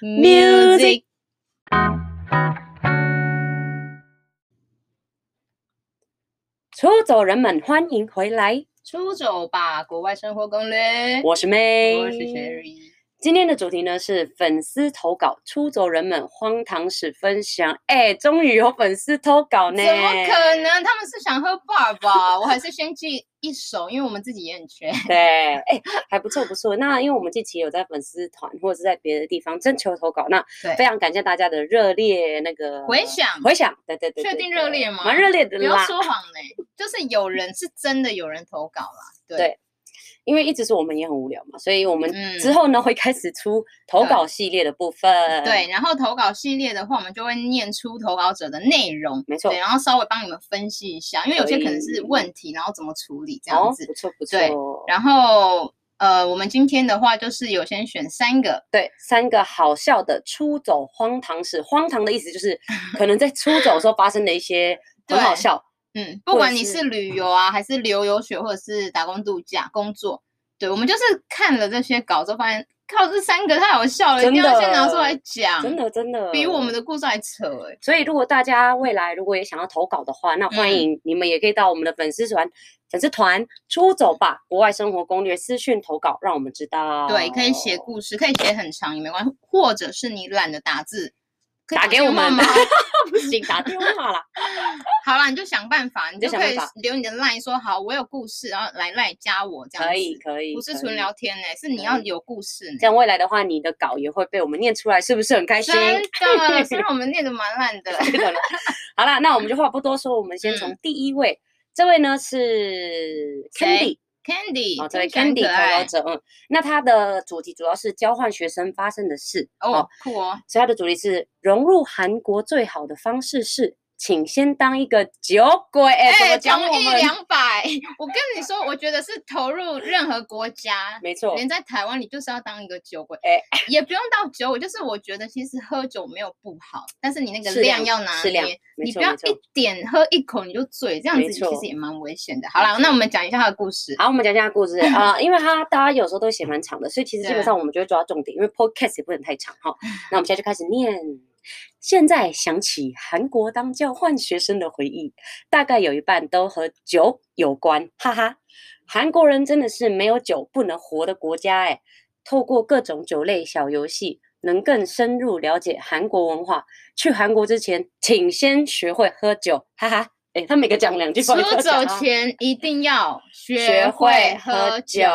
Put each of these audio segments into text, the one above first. Music。出走人们，欢迎回来，出走吧，国外生活攻略。我是 May，我是 Sherry。今天的主题呢是粉丝投稿，出走人们荒唐史分享。哎，终于有粉丝投稿呢！怎么可能？他们是想喝爸爸，我还是先寄一首，因为我们自己也很缺。对，哎，还不错不错。那因为我们近期有在粉丝团或者是在别的地方征求投稿，那对非常感谢大家的热烈那个回响回响，对对对，确对定热对烈吗蛮热烈的不要啦，说谎嘞，就是有人是真的有人投稿啦。对，对因为一直是我们也很无聊嘛，所以我们嗯之后呢会开始出投对稿系列的部分。嗯对，然后投稿系列的话，我们就会念出投稿者的内容，没错对，然后稍微帮你们分析一下，因为有些可能是可以问题，然后怎么处理这哦样子。不错不对错。然后呃，我们今天的话就是有先选三个，对，三个好笑的出走荒唐史。荒唐的意思就是， 可能在出走的时候发生的一些很好对笑。嗯，不或者管你是是旅游啊，还是留游学，或者是打工度假工作，对我们就是看了这些稿之后，发现靠这三个太好笑了，一真定要先拿出的来讲，真的真的比我们的故事还扯哎、所以，如果大家未来如果也想要投稿的话，那欢嗯迎你们也可以到我们的粉丝团、粉丝团“出走吧国外生活攻略”私讯投稿，让我们知道。对，可以哦写故事，可以写很长也没关系，或者是你懒得打字，可以打给电我话们吗 不行，打电话啦。好啦，你就想办法，你就就想可办以法留你的 line 说好，我有故事，然后来 line 加我 这样子。可以，可以，不是可纯以聊。天呢、是你要可以有故事呢、这样未来的话，你的稿也会被我们念出来，是不是很开心？真的，虽然我们念的蛮烂的，对的了。 好啦，那我们就话不多说，我们先嗯从第一位，这位呢是谁 Candy， Candy，哦，这位听起来很 Candy 可投稿爱者，嗯，那他的主题主要是交换学生发生的事哦，，酷哦，所以他的主题是融入韩国最好的方式是，请先当一个酒鬼，哎、怎么讲同我意们？两百， 我跟你说，我觉得是投入任何国家，没错，连在台湾，你就是要当一个酒鬼，哎也不用到酒鬼，就是我觉得其实喝酒没有不好，但是你那个适量要拿适量捏，没你错不要没错一点喝一口你就醉，这样没子其错实也蛮危险的。好啦，那我们讲一下他的故事。好，我们讲一下故事啊、因为它大家有时候都会写蛮长的，所以其实基本对上我们就会抓重点，因为 podcast 也不能太长哈。那我们现在就开始念。现在想起韩国当交换学生的回忆，大概有一半都和酒有关，哈哈。韩国人真的是没有酒不能活的国家哎。透过各种酒类小游戏，能更深入了解韩国文化。去韩国之前，请先学会喝酒，哈哈。哎，他每个讲两句，不出好意思要走讲啊前一定要学学会会喝喝酒酒，，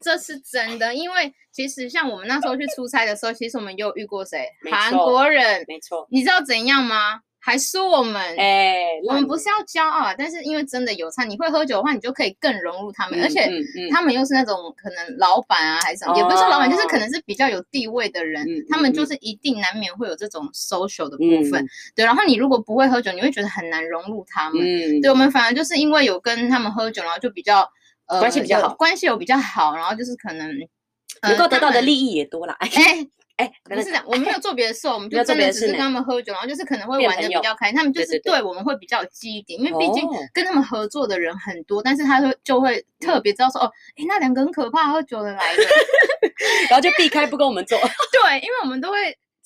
这是真的。因为其实像我们那时候去出差的时候，其实我们也有遇过谁没韩错国人，没错。你知道怎样吗？还说我们，哎，我嗯烂们不了是要骄傲，啊，但是因为真的有差，你会喝酒的话，你就可以更融入他们，而嗯且嗯嗯他们又是那种可能老板啊，还是什么，也不是说老板，就是可能是比较有地位的人，哦嗯他嗯们就嗯是一定难免会有这种 social 的部分。嗯对，然后你如果不会喝酒，你会觉得很难融入他们。嗯，对，我们反而就是因为有跟他们喝酒，然后就比较呃关系比较有好关系有比较好，然后就是可能能够得到的。呃利益也多啦。哎他们哎，哎，不是真这的样，我没有做别的事哦，我们 没有就做真别的的只事是呢跟他们喝酒，然后就是可能会变玩的朋比友较开心，他们就对是对对对我们会比较有激一点，因为毕竟哦跟他们合作的人很多，但是他会就会特别知道说，哦，哎，那两个很可怕，喝酒的 来了，然后就避开不跟我们 做，对，因为我们都会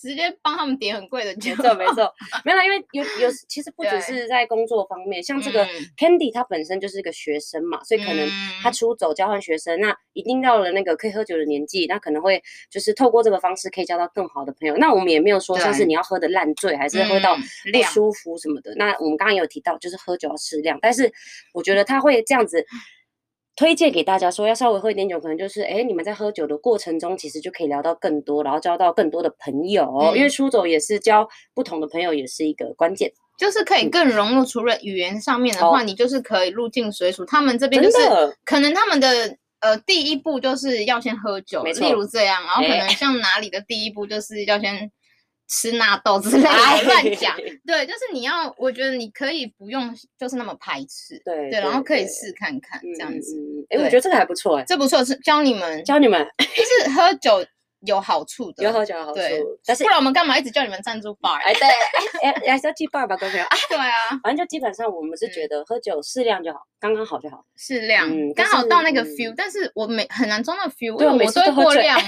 直接帮他们点很贵的酒没，错没错，没有啦，因为有有其实不只对是在工作方面，像这个嗯 Candy 他本身就是一个学生嘛，所以可能他嗯出走交换学生，那一定到了那个可以喝酒的年纪，那可能会就是透过这个方式可以交到更好的朋友。那我们也没有说像是对你要喝的烂醉，还是喝到嗯不量舒服什么的。那我们刚刚有提到，就是喝酒要适量，但是我觉得他会这样子推荐给大家说，要稍微喝一点酒，可能就是哎，诶你们在喝酒的过程中，其实就可以聊到更多，然后交到更多的朋友，因为嗯出走也是交不同的朋友，也是一个关键。就是可以嗯更融入，除了语言上面的话，哦你就是可以入境随俗。他们这边真就是的，可能他们的呃第一步就是要先喝酒，没例错如这样，然后可哎能像哪里的第一步就是要先吃纳豆之类哎的， 乱讲。对，就是你要，我觉得你可以不用就是那么排斥，对对，然后可以对试看看这样子。子。哎，我对觉得这个还 不错哎，这不错，是教你们，教你们就是喝酒有好处的，有好酒有好处对，但是不然我们干嘛一直叫你们 赞助 bar？哎对，哎哎还是要记爸爸跟朋友啊。对啊，反正就基本上我们是嗯觉得喝酒适量就好，刚刚好就好。适量嗯，刚但好到那个是 feel，但是我每很难装到 feel，因对为我每 我次都都会喝过醉欸量哎。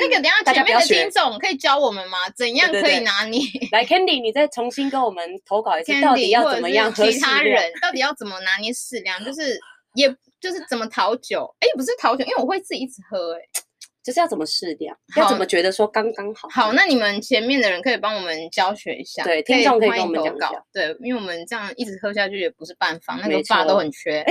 那个等一下大前家不面要的学听众可以教我们吗？怎样对可对以对拿 捏来，Candy，你再重新跟我们投稿一次，到底 candy 要或怎者么样合是其适他量人到底要怎么拿捏适量？就是也就是怎么讨酒？哎，不是讨酒，因为我会自己一直喝。哎，就是要怎么适量，要怎好么觉得说刚刚好。好，那你们前面的人可以帮我们教学一下，对听众可以欢跟我迎们投讲稿一下。对，因为我们这样一直喝下去也不是办法，那没个爸错哎都很缺。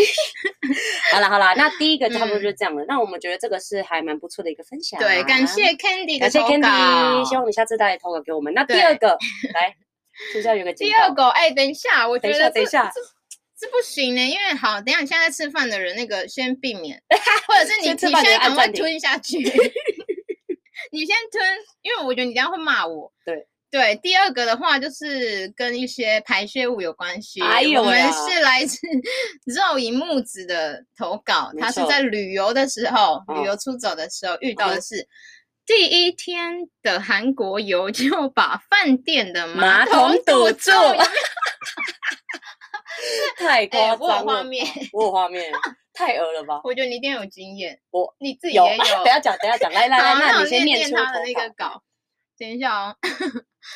好啦好啦，那第一个差不多嗯就这样了。那我们觉得这个是还蛮不错的一个分享，对，感谢 Candy 的感谢投稿。 Candy，希望你下次再来投稿给我们。那第对 二个，来，是不是要有个警第告二个，哎、等一下，我等觉一下得等一这下这这不行呢，因为好，等一下你现在吃饭的人，那个先避免， 或者是你先你吃现饭的人在按赶快暂停吞下 去，你先吞，因为我觉得你等一下会骂我。对。对，第二个的话就是跟一些排泄物有关系。哎呦我们呀是来自 肉以木子的投稿，没他是错在旅游的时候，哦旅游出走的时候遇嗯到哼的是第一天的韩国游就把饭店的马桶桶堵住，住哎、，太夸我有张画了，面，我有画面，太恶了吧？我觉得你一定有经验，我你自己有，也有。 等一下讲，等一下讲，来来来，好那我你先念出他的那投个稿，稿，等一下哦，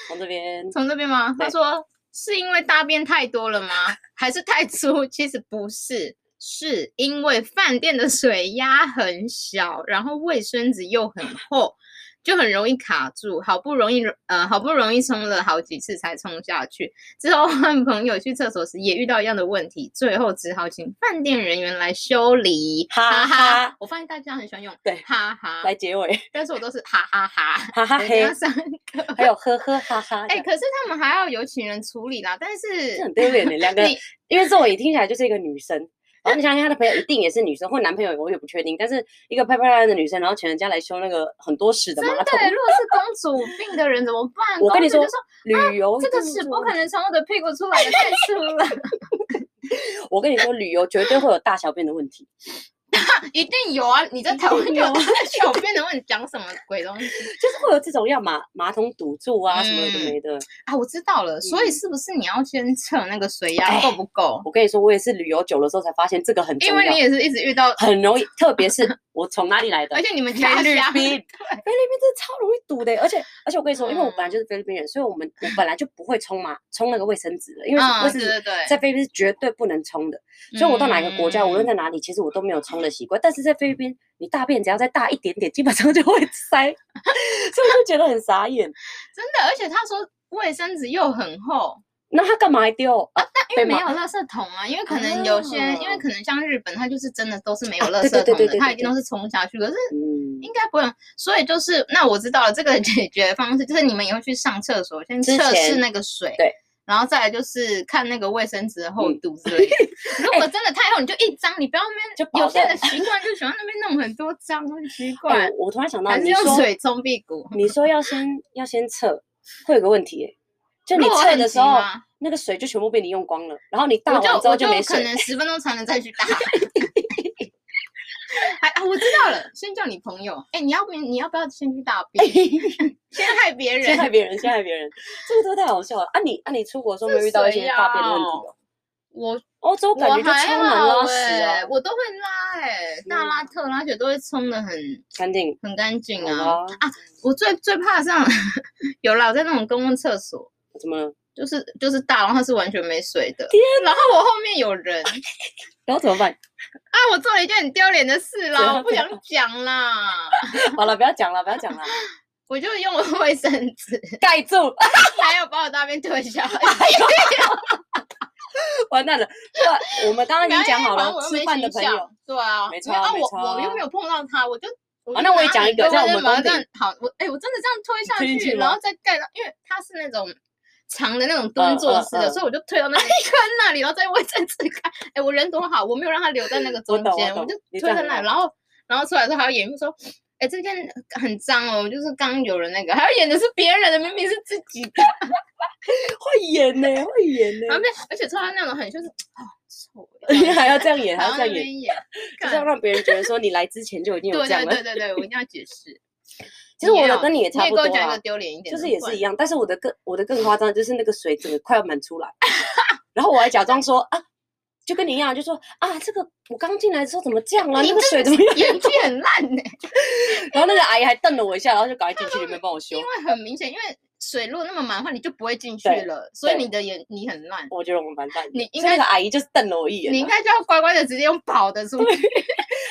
从这边。从这边吗？他对说是因为大便太多了吗？ 还是太粗？其实不是。是因为饭店的水压很小，然后卫生纸又很厚，就很容易卡住。好不容易，呃，好不容易冲了好几次才冲下去，之后和朋友去厕所时也遇到一样的问题，最后只好请饭店人员来修理。哈哈哈我发现大家很喜欢用对哈哈，来结尾，但是我都是哈哈哈。哈哈我嘿加，三个，还有呵呵哈哈，哎、这样可是他们还要有请人处理啦。但是啊这很丢脸的 两个你，因为这我一听起来就是一个女生，然后你想想她的朋友一定也是女生，或男朋友我也不确定，但是一个漂漂亮亮的女生，然后请人家来修那个很多屎的真马的桶，欸，如果是公主病的人怎么办？我跟公你主就说旅游啊这一个定屎是不可能从我的屁股出来的，太粗 了，我跟你说，旅游绝对会有大小便的问题，一定有啊！你在台湾一定就有 有小便的问题，讲什么鬼东西就是会有这种要马马桶堵住啊什么有的嗯没的。啊？我知道了，所以嗯是不是你要先测那个水压够不够？我跟你说，我也是旅游久了之后才发现这个很因哎重为你要，也是一直遇到，很容易，特别是我从哪里来的而。且你们菲家律乡宾，菲律宾真的超容易堵的，而且而且我跟你说，因为我本来就是菲律宾人，所以我们我本来就不会冲嘛冲那个卫生纸了，因为嗯，卫对生纸对对，在菲律宾是绝对不能冲的。所以我到哪一个国家，无论嗯在哪里，其实我都没有冲的习惯。但是在菲律宾，你大便只要再大一点点，基本上就会塞， 所以我就觉得很傻眼。真的，而且他说卫生纸又很厚，那他干嘛还丢？啊，因为被没有骂垃圾桶啊，因为可能有些，因为哦可能像日本，它就是真的都是没有啊垃对圾对桶对的，对对它对一定都是冲下去。可是嗯，应该不会，所以就是那我知道了，这个解决方式就是你们以后去上厕所先之测试前那个水，对，然后再来就是看那个卫生纸的厚嗯度之类 的。如果真的太厚，你就一张，你不要那就边有饱些了人习惯就喜欢那边弄很多张，很奇哎怪，我我突然想到，还是你用说水冲屁股。你说要先要先测，会有个问题耶，就你如果我测很的急时候，吗那个水就全部被你用光了，然后你我大完之后我就没可水。能十分钟才能再去 打。还啊，我知道了，先叫你朋友。哎、你要不你要不要先去大 便，先害别人？陷害别人，陷害别人，这个都太好笑了啊你！啊，你出国的时候没有遇到一些大便的问题哦？我欧洲我感觉就还超难好拉屎哎、啊，我都会拉哎、大嗯拉特拉且都会冲的很干净。很干净啊。好吧，我最最怕上有啦，我在那种公共厕所，怎么了？就是就是大，然后它是完全没水的。然后我后面有人啊，然后怎么办？我做了一件很丢脸的事怎啦，样我不怎想讲 啦。 好了，不要讲了，不 要讲了，我就用了卫生纸，盖住， 还有把我大便吞下来。完蛋了。不，我们刚刚已经讲好哎反正了，我又吃没饭的形朋象友，对啊，没因为错啊，没我错我又没有碰到他，我就。啊那我也讲一个这这样样我们公平好，我哎、我真的这样推下推进去，去然吗后再盖到，因为它是那种长的那种蹲嗯坐嗯式的，嗯所以我就推到那个坑那里，然后再卫生纸盖。哎、我人多好，我没有让他留在那个我中懂我间，我懂就你推这在样那很里，然后然后出来之后还要演，就说。哎、这件很脏哦，就是刚有人那个，还要演的是别人的，明明是自己的。会演呢，会演然后呢，被而且穿到那种很就是好臭欸， 还要这样演，还然要后这那样演，边演，就是要干让别人觉得说你来之前就已经有对这样对了。对对对，我一定要解释。其实我也的有 跟你也你差也不给多我讲一个啦，丢脸一点就的，是也是一样。样，但是 我的更我的更夸张，就是那个水整个快要满出来，然后我还假装说啊。就跟你一样，就说啊，这个我刚进来的时候怎么这样啊？你那个这水怎么样？ 演技很烂呢、然后那个阿姨还瞪了我一下，然后就赶快进去里面帮我修因。为很明显，因为水路那么满的话，你就不会进去对了，所以对你的眼你很烂，我觉得我们蛮烂的，你应所该以那个阿姨就是瞪了我一眼你应啊，该就要乖乖的直接用跑的 出去，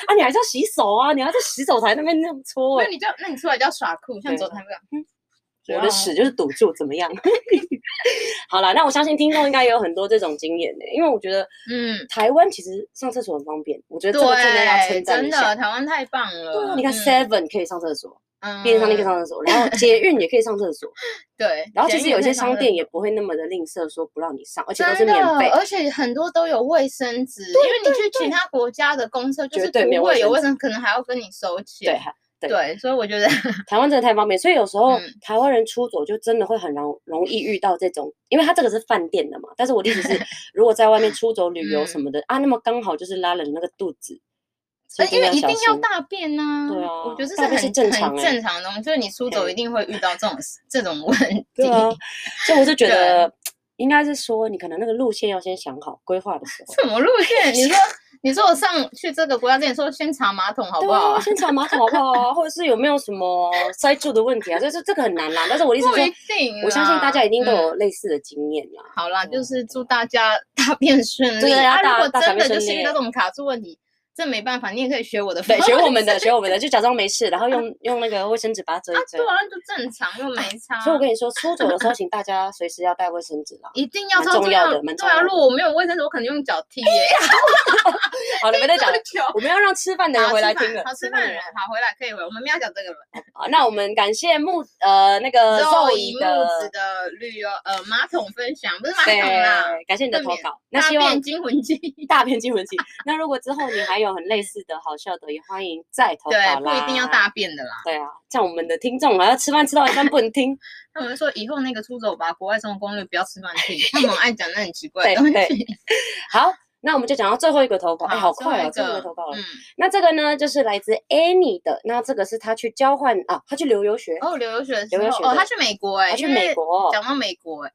啊，你还是要洗手啊，你要在洗手台那边那样搓那欸。你就那你出来就要耍酷，像对啊昨天那样。我哇的屎就是堵住，怎么样？ 好啦，那我相信听众应该也有很多这种经验欸的、因为我觉得嗯，台湾其实上厕所很方便，我觉得这个真的要对，称赞真一的，下。台湾太棒对啊，了。你看 Seven 可以上厕所，嗯便利商店可以上厕所，然后 捷运也可以上厕所，对，然后其捷实运有也一些可以上商厕店也不会那么的吝啬，说不让你上，而且都是真免的费，。而且很多都有卫生纸，因为你去其他国家的公厕就绝是不对没有卫会有生卫生，可能还要跟你收对钱。，对所以我 觉得台湾真的太方便，所以有时候嗯台湾人出走就真的会很容容易遇到这种，因为他这个是饭店的嘛。但是我的意思 是，如果在外面出走旅游什么的、啊，那么刚好就是拉了你那个肚子，所呃嗯以因真的为一小定要心大便呐、对我啊觉得这大是很便是正常很欸正常的东西，就是你出走对一定会遇到这种事这种问对题。 啊，所以我就觉对得应该是说，你可能那个路线要先想好规划的时候。什么路 线？啊你说你说我上去这个国家之前说先查马桶好对不好啊，啊？先查马桶好不好 啊？或者是有没有什么塞住的问题啊？这这这个很难啦。但是我的意思不是一说，定啦， 我相信大家一定都嗯有类似的经验啦。啊好啦，对就是祝大家大便顺对利。啊啊，大如大果小真便的就顺是利遇到这种卡住问题，这没办法，你也可以学我的方对，法，学我们的，学我们的，就假装没事，然 后用用那个卫生纸把它折一啊，折对。啊，就正常又没差。。所以我跟你说，出走的时候，请大家随时要带卫生纸啦一定要蛮超重重要要的蛮重对啊，要如果我没有卫生纸，我可能用脚踢耶。 好了，没在讲了，球。 我们要让吃饭的人哎好回吃来饭听了。好吃饭的人，好回来可以回，我们没有讲这个了。好，那我们感谢木呃那个肉肉以姨木的子的旅游呃马桶分享，不是马桶啦，对，感谢你的啊顺投便稿。那大希望便惊魂记。大片惊魂记。那如果之后你还有很类似的好笑的，也欢迎再投稿 对哦啦。，不一定要大。便的啦。对啊，像我们的听众啊，要吃饭吃到一半不 能听。他们说以后那个出走吧，国外生活攻略不要吃饭听，他们很爱讲那很奇怪对的东对西。 好，那我们就讲到最后一个投 稿。哎，好最后快一哦，最后一个个投稿了。嗯，那这个呢，就是来自 Annie 的。那这个是她去交换啊，她去留游学，哦，留游学的时留游候学哦，的他去美国哎，她去因美为国。讲到美国哎，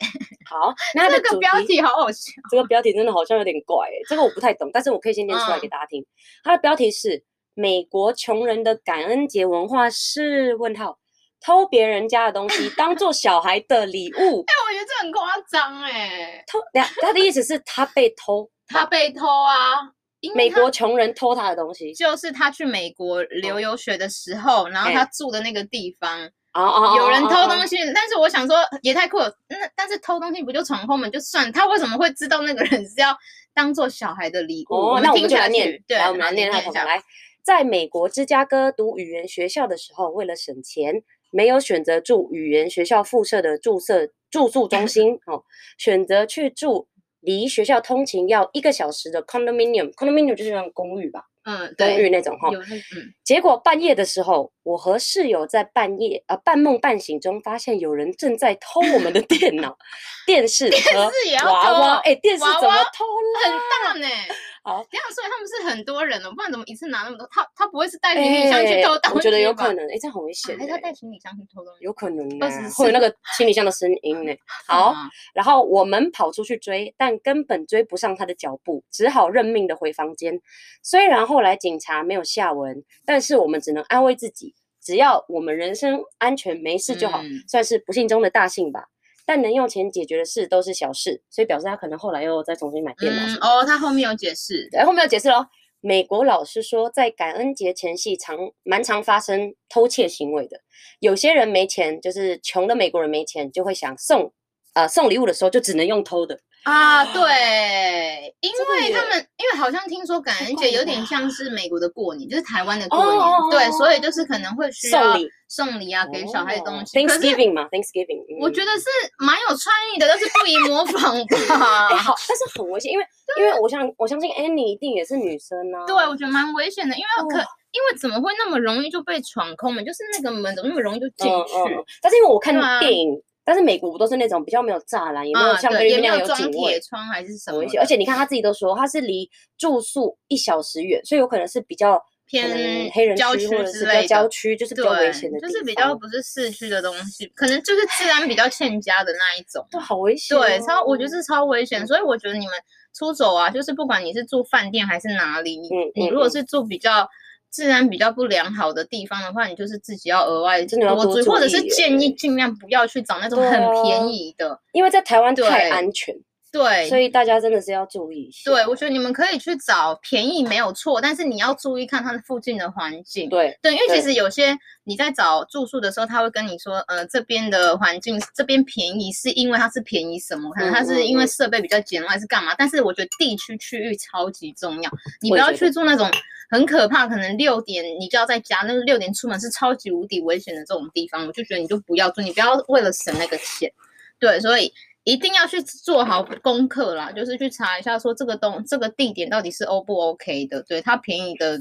好，那她这的主个标题好好笑。这个标题真的好像有点怪、欸，这个我不太懂，但是我可以先念出来给嗯大家听。它的标题是“美国穷人的感恩节文化是问号偷别人家的东西当做小孩的礼物哎，我觉得这很夸张哎，偷”，等下他的意思是他被偷，他被偷啊， 因为美他国穷人偷他的东西。就是他去美国留游学的时候，然后哎他住的那个地方哦哦，有人偷东西，西，但是我想说也太酷了，那但是偷东西不就闯后门就算，他为什么会知道那个人是要当做小孩的礼物？哦，那我听们就下来念去，对，来我们来好你念他的一投稿下。来。在美国芝加哥读语言学校的时候，为了省钱，没有选择住语言学校附设的住舍住宿中心，哦，选择去住离学校通勤要一个小时的 condominium。condominium 就是像公寓吧，嗯，公对，寓那种哈。有那 嗯，结果半夜的时候，我和室友在半夜呃半梦半醒中，发现有人正在偷我们的电脑、 电视和是也要娃偷娃。哦哎、电视娃怎么娃偷很了？大呢。 好这样所以他们是很多人哦，不然怎么一次拿那么多？他他不会是带行李箱去哎偷东西吧？我觉得有可能，哎、这样很危险、啊还欸。是他带行李箱去偷东西？有可能呢、 24会有那个行李箱的声音呢、好，啊，然后我们跑出去追，但根本追不上他的脚步，只好认命的回房间。虽然后来警察没有下文，但是我们只能安慰自己，只要我们人身安全没事就好，嗯算是不幸中的大幸吧。但能用钱解决的事都是小事，所以表示他可能后来又再重新买电脑嗯什么的。哦，他后面有解释，哎然后面有解释喽。美国老师说，在感恩节前夕常蛮常发生偷窃行为的。有些人没钱，就是穷的美国人没钱，就会想送，呃，送礼物的时候就只能用偷的。啊，哦对，因这个为他也们因为好像听说感太恩怪节有了点吧像是美国的过年，就是台湾的过哦年，哦对，哦所以就是可能会需送要礼送礼啊，给小孩东西。可是哦，Thanksgiving 嘛，Thanksgiving，、嗯我觉得是蛮有创意的，但是不宜模仿 哎、吧。好，但是很危险，因为因为我相我相信 Annie 一定也是女生啊。啊对，我觉得蛮危险的，因为可哇因为怎么会那么容易就被闯空门？就是那个门怎么那么容易就进嗯嗯去嗯？。但是因为我看对啊电影，但是美国不都是那种比较没有栅栏，也没有啊，像对菲律也宾没那有样有装警卫铁。窗还是什很么危的，险，而且你看他自己都说，他是离住宿一小时远，所以有可能是比较可能偏黑人郊区区或者之是比较类的郊区，就是比较危对险的地就方，是比较不是市区的东西，可能就是治安比较欠佳的那一种。对，好危险哦、嗯对，超我觉得是超危险，所以我觉得你们出走啊，就是不管你是住饭店还是哪里，你嗯你嗯如果嗯是住比较治安比较不良好的地方的话，你就是自己要额外真的要多注意，或者注是意建议尽量不要去找那种对很啊便宜的。因为在台湾太对安全，对，所以大家真的是要注意一下。对，我觉得你们可以去找便宜没有错，但是你要注意看它的附近的环境。对，对，因为对其实有些你在找住宿的时候，他会跟你说，呃，这边的环境这边便宜，是因为它是便宜什么，可能它嗯是嗯因为嗯设备比较简陋还是干嘛。但是我觉得地区区域超级重要，你不我也要觉得去住那种很可怕，可能六点你就要在家，那个六点出门是超级无敌危险的这种地方，我就觉得你就不要住，你不要为了省那个钱，对，所以。一定要去做好功课啦，就是去查一下说这个东这个地点到底是 O 不 OK 的，对它便宜的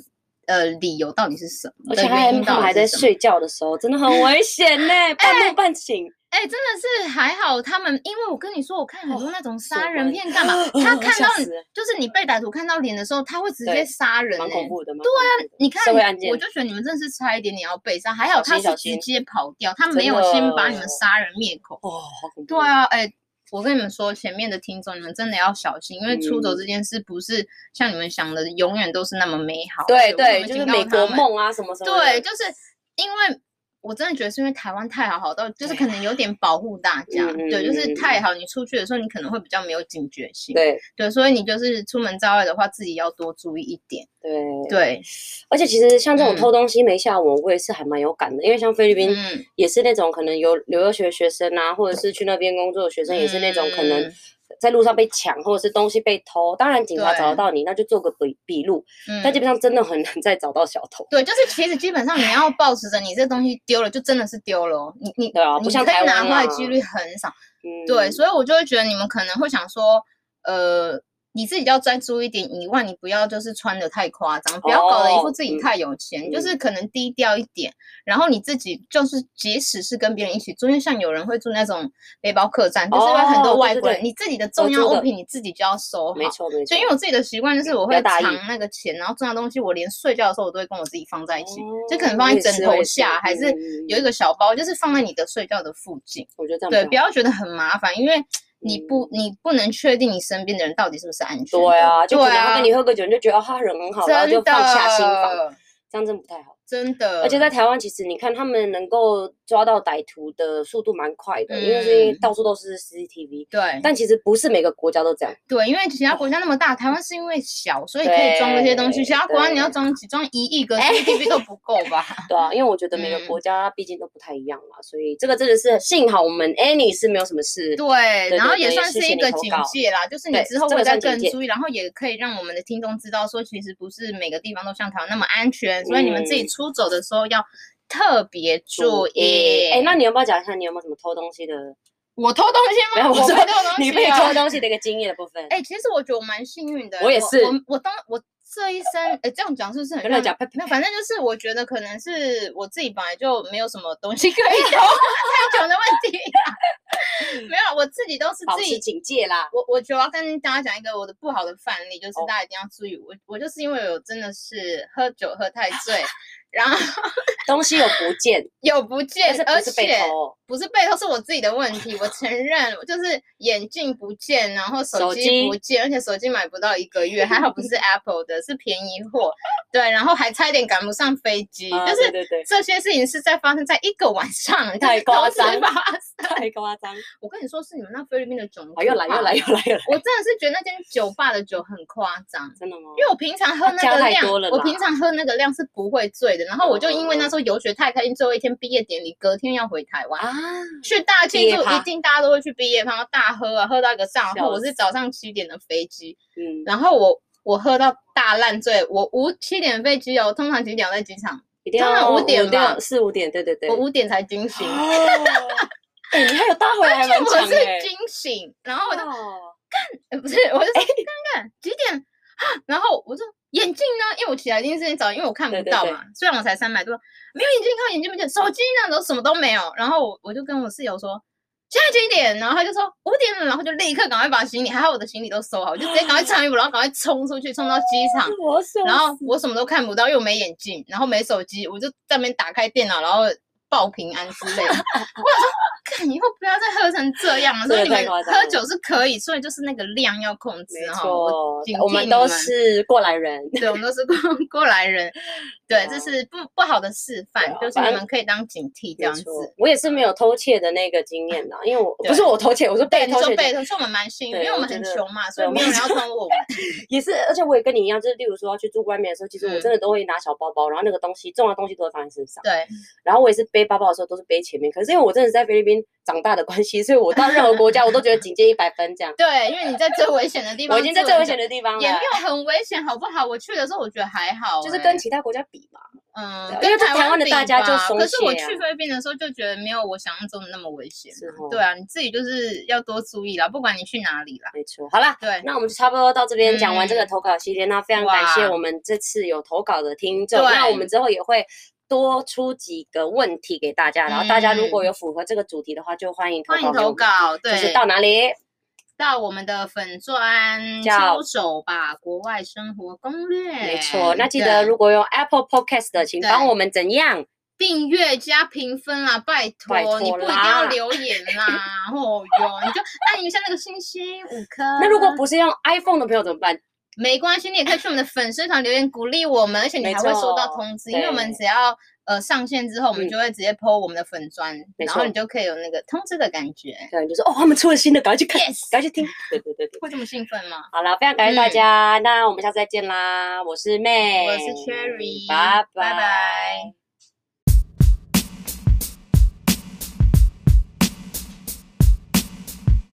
呃理由到底是什么？而且对他原还因他到们底还是在什么。睡觉的时候，真的很危 险呢、半梦半醒。哎、真的是还好，他们因为我跟你说，我看很哦多那种杀手人蛮片干嘛，他哦看 吓到你死了就是你被歹徒看到脸的时候，他会直对接杀人、蛮恐欸。怖的，对啊，你看，社会案件我就觉得你们真的是差一点点要被杀，还好小他心小是直心接跑掉，他真没有先把你的们杀人灭口。哦，好恐怖。对，啊，哎、我跟你们说，前面的听众，你们真的要小心，因为出走嗯这件事不是像你们想的永远都是那么美好。对所以我对，们就是警告美他国们梦啊什么什么的。对，就是因为我真的觉得是因为台湾太好，好到就是对可能有点保护大家，嗯对，就嗯嗯是嗯太好，你出去的时候你可能会比较没有警觉性，对对，所以你就是出门在外的话，自己要多注意一点，对对，对，而且其实像这种嗯偷东西没下文，我也是还蛮有感的，因为像菲律宾嗯，也是那种可能有留留学的学生啊，或者是去那边工作的学生，也是那种可能嗯在路上被抢，或者是东西被偷。当然警察对找得到你，那就做个笔笔录，嗯但基本上真的很难再找到小偷。对，就是其实基本上你要保持着你这东西丢了就真的是丢了哦，你你对啊不你像可台以拿湾回来啊几率很少，嗯，对，所以我就会觉得你们可能会想说，呃，你自己要专注一点，以外你不要就是穿的太夸张，不要搞得一副哦自己嗯太有钱，就嗯是可能低调一点。然后你自己就是，即使是跟别人一起住，因为像有人会住那种背包客栈，就是会很哦多对外对国人，对你自己的合重要租物的品你自己就要收没好。错没错，就因为我自己的习惯就是我不要会大意藏那个钱，然后重要东西我连睡觉的时候我都会跟我自己放在一起，就可能哦放我在也枕是我头也是下，还是嗯嗯嗯有一个小包，就是放在你的睡觉的附近。我觉得这样对，比不较好要觉得很麻烦，因为你不、你不能确定你身边的人到底是不是安全的。嗯对啊，就对可能他啊，跟你喝个酒，你就觉得哦他人很好，然后就真的放下心房，这样真的不太好。真的，而且在台湾，其实你看他们能够抓到歹徒的速度蛮快的，因为是因为嗯到处都是 CCTV。对但其实不是每个国家都 这样，对，因为其他国家那么大，台湾是因为小，所以可以装这些东西。对其他国家你要对哎装几装一亿个 CCTV 都不够吧？对啊，因为我觉得每个嗯国家毕竟都不太一样嘛，所以这个真的是幸好我们 Annie 是没有什么事，对，对然后对也对算谢是谢一你个投警稿戒啦，就是你对之后这会个再算警更戒注意，然后也可以让我们的听众知道说，其实不是每个地方都像台湾那么安全，所以你们自己嗯出走的时候要特别注意。哎，那你要不要讲一下你有没有什么偷东西的？我偷东西没吗？有，我我没说偷东西，啊你被偷。东西的一个经验的部分。哎、其实我觉得我蛮幸运的欸。我也是我我当我这一生，哎、这样讲是不是很不要像讲呸呸没有，反正就是我觉得可能是我自己本来就没有什么东西可 以偷，太久的问题啊、 没有，我自己都是保自持己。警戒啦。我我觉得我要跟大家讲一个我的不好的范例，就是哦大家一定要注意。我我就是因为有真的是喝酒喝太醉，然后 东西有不见，有不但见是，不而是且被偷哦，不是被偷，是我自己的问题，我承认，就是眼镜不见，然后手手机机不见，而且手机买不到一个月，还好不是 Apple 的，是便宜货，对，然后还差一点赶不上飞机，啊就对是对 对，这些事情是在发生在一个晚上，太夸张吧？太夸张！我跟你说，是你们那菲律宾的酒，啊，又来又来又来又来， 我真的是觉得那间酒吧的酒很夸张。真的吗？因为我平常喝它那加个太量多了，我啦平常喝那个量是不会醉的。然后我就因为嗯嗯嗯那时候游学太开心，最后一天毕业典礼，隔天要回台湾，啊，去大庆毕业祝一趴定大家都会去毕业趴，然后大喝啊，喝到一个上笑火。我是早上七点的飞机，嗯，然后我我喝到大烂醉，我五七点飞机哦，通常几点我在机场？一定通要常五点吧六四五点，对对对。我五点才惊醒，哦， 哎，你还有搭回来还蛮我长是的欸。惊醒，然后我就、哦呃不是，我哎就说看看几点啊，然后我就。眼镜呢？因为我起来一定是很早，因为我看不对对到对嘛。虽然我才三百多，没有眼镜靠眼镜不见，手机呢都什么都没有。然后我我就跟我室友说现在几点？然后他就说五点了，然后就立刻赶快把行李，还好我的行李都收好，我就直接啊赶快穿衣服，然后赶快冲出去，冲到机场。 我手然后我什么都看不到，又没眼 镜，然后没手机，我就在那边打开电脑，然后报平安之类的。我想说，看以后不要再喝成这样了。所以你真的太们夸张喝了酒是可以，所以就是那个量要控制没哈。错警，我惕们你都们是过来人。对，我们都是过 过来人，对，对啊这是不不好的示对范，啊就是反你正们可以当警惕这没样子。错，我也是没有偷窃的那个经验呐，因为我对不是我偷窃，我是被对，你偷窃说的，被偷，所以我们蛮幸运，对因为我们我觉很得穷嘛，所对以我没有们人要偷我 们。也是，而且我也跟你一样，就是例如说要去住外面的时候，其实我嗯真的都会拿小包包，然后那个东西重要的东西都会放在身上，对，，然后我也是背包包的时候都是背前面，可是因为我真的是在菲律宾长大的关系，所以我到任何国家我都觉得警戒一百分这样对，因为你在最危险的地方，我已经在最危险，的地方也了没。有很危险，好不好？我去的时候我觉得还好欸，就是跟其他国家比嘛，嗯对，跟因为在台湾的比大家就吧松可是我懈去啊菲律宾的时候就觉得没有我想象中的那么危险。是哦对，啊，你自己就是要多注意啦，不管你去哪里啦。没错。好啦，对那我们就差不多到这边讲完这个嗯投稿系列，那非常感谢哇我们这次有投稿的听众，对那我们之后也会。多出几个问题给大家，然后大家如果嗯有符合这个主题的话，就欢迎投欢迎稿给我投们。稿，对，就是到哪里？到我们的粉砖叫操守吧，国外生活攻略。没错，那记得对如果用 Apple Podcast 的，请对帮我们怎样？订阅加评分啦，拜托，拜托你不一定啦要留言 啦，哦哟，你就按一下那个星星五颗。那如果不是用 iPhone 的朋友怎么办？没关系，你也可以去我们的粉丝团留言鼓励我们，而且你没还会收到错通知，因为我们对只要呃上线之后，我们嗯就会直接 PO 我们的粉砖，没然后错你就可以有那个通知的感觉。可能就说哦，他们出了新的，赶快去看 Yes 赶快去听。对对对对。会这么兴奋吗？好了，非常感谢大嗯家，那我们下次再见啦！我是妹，我是 Cherry，哎拜拜拜拜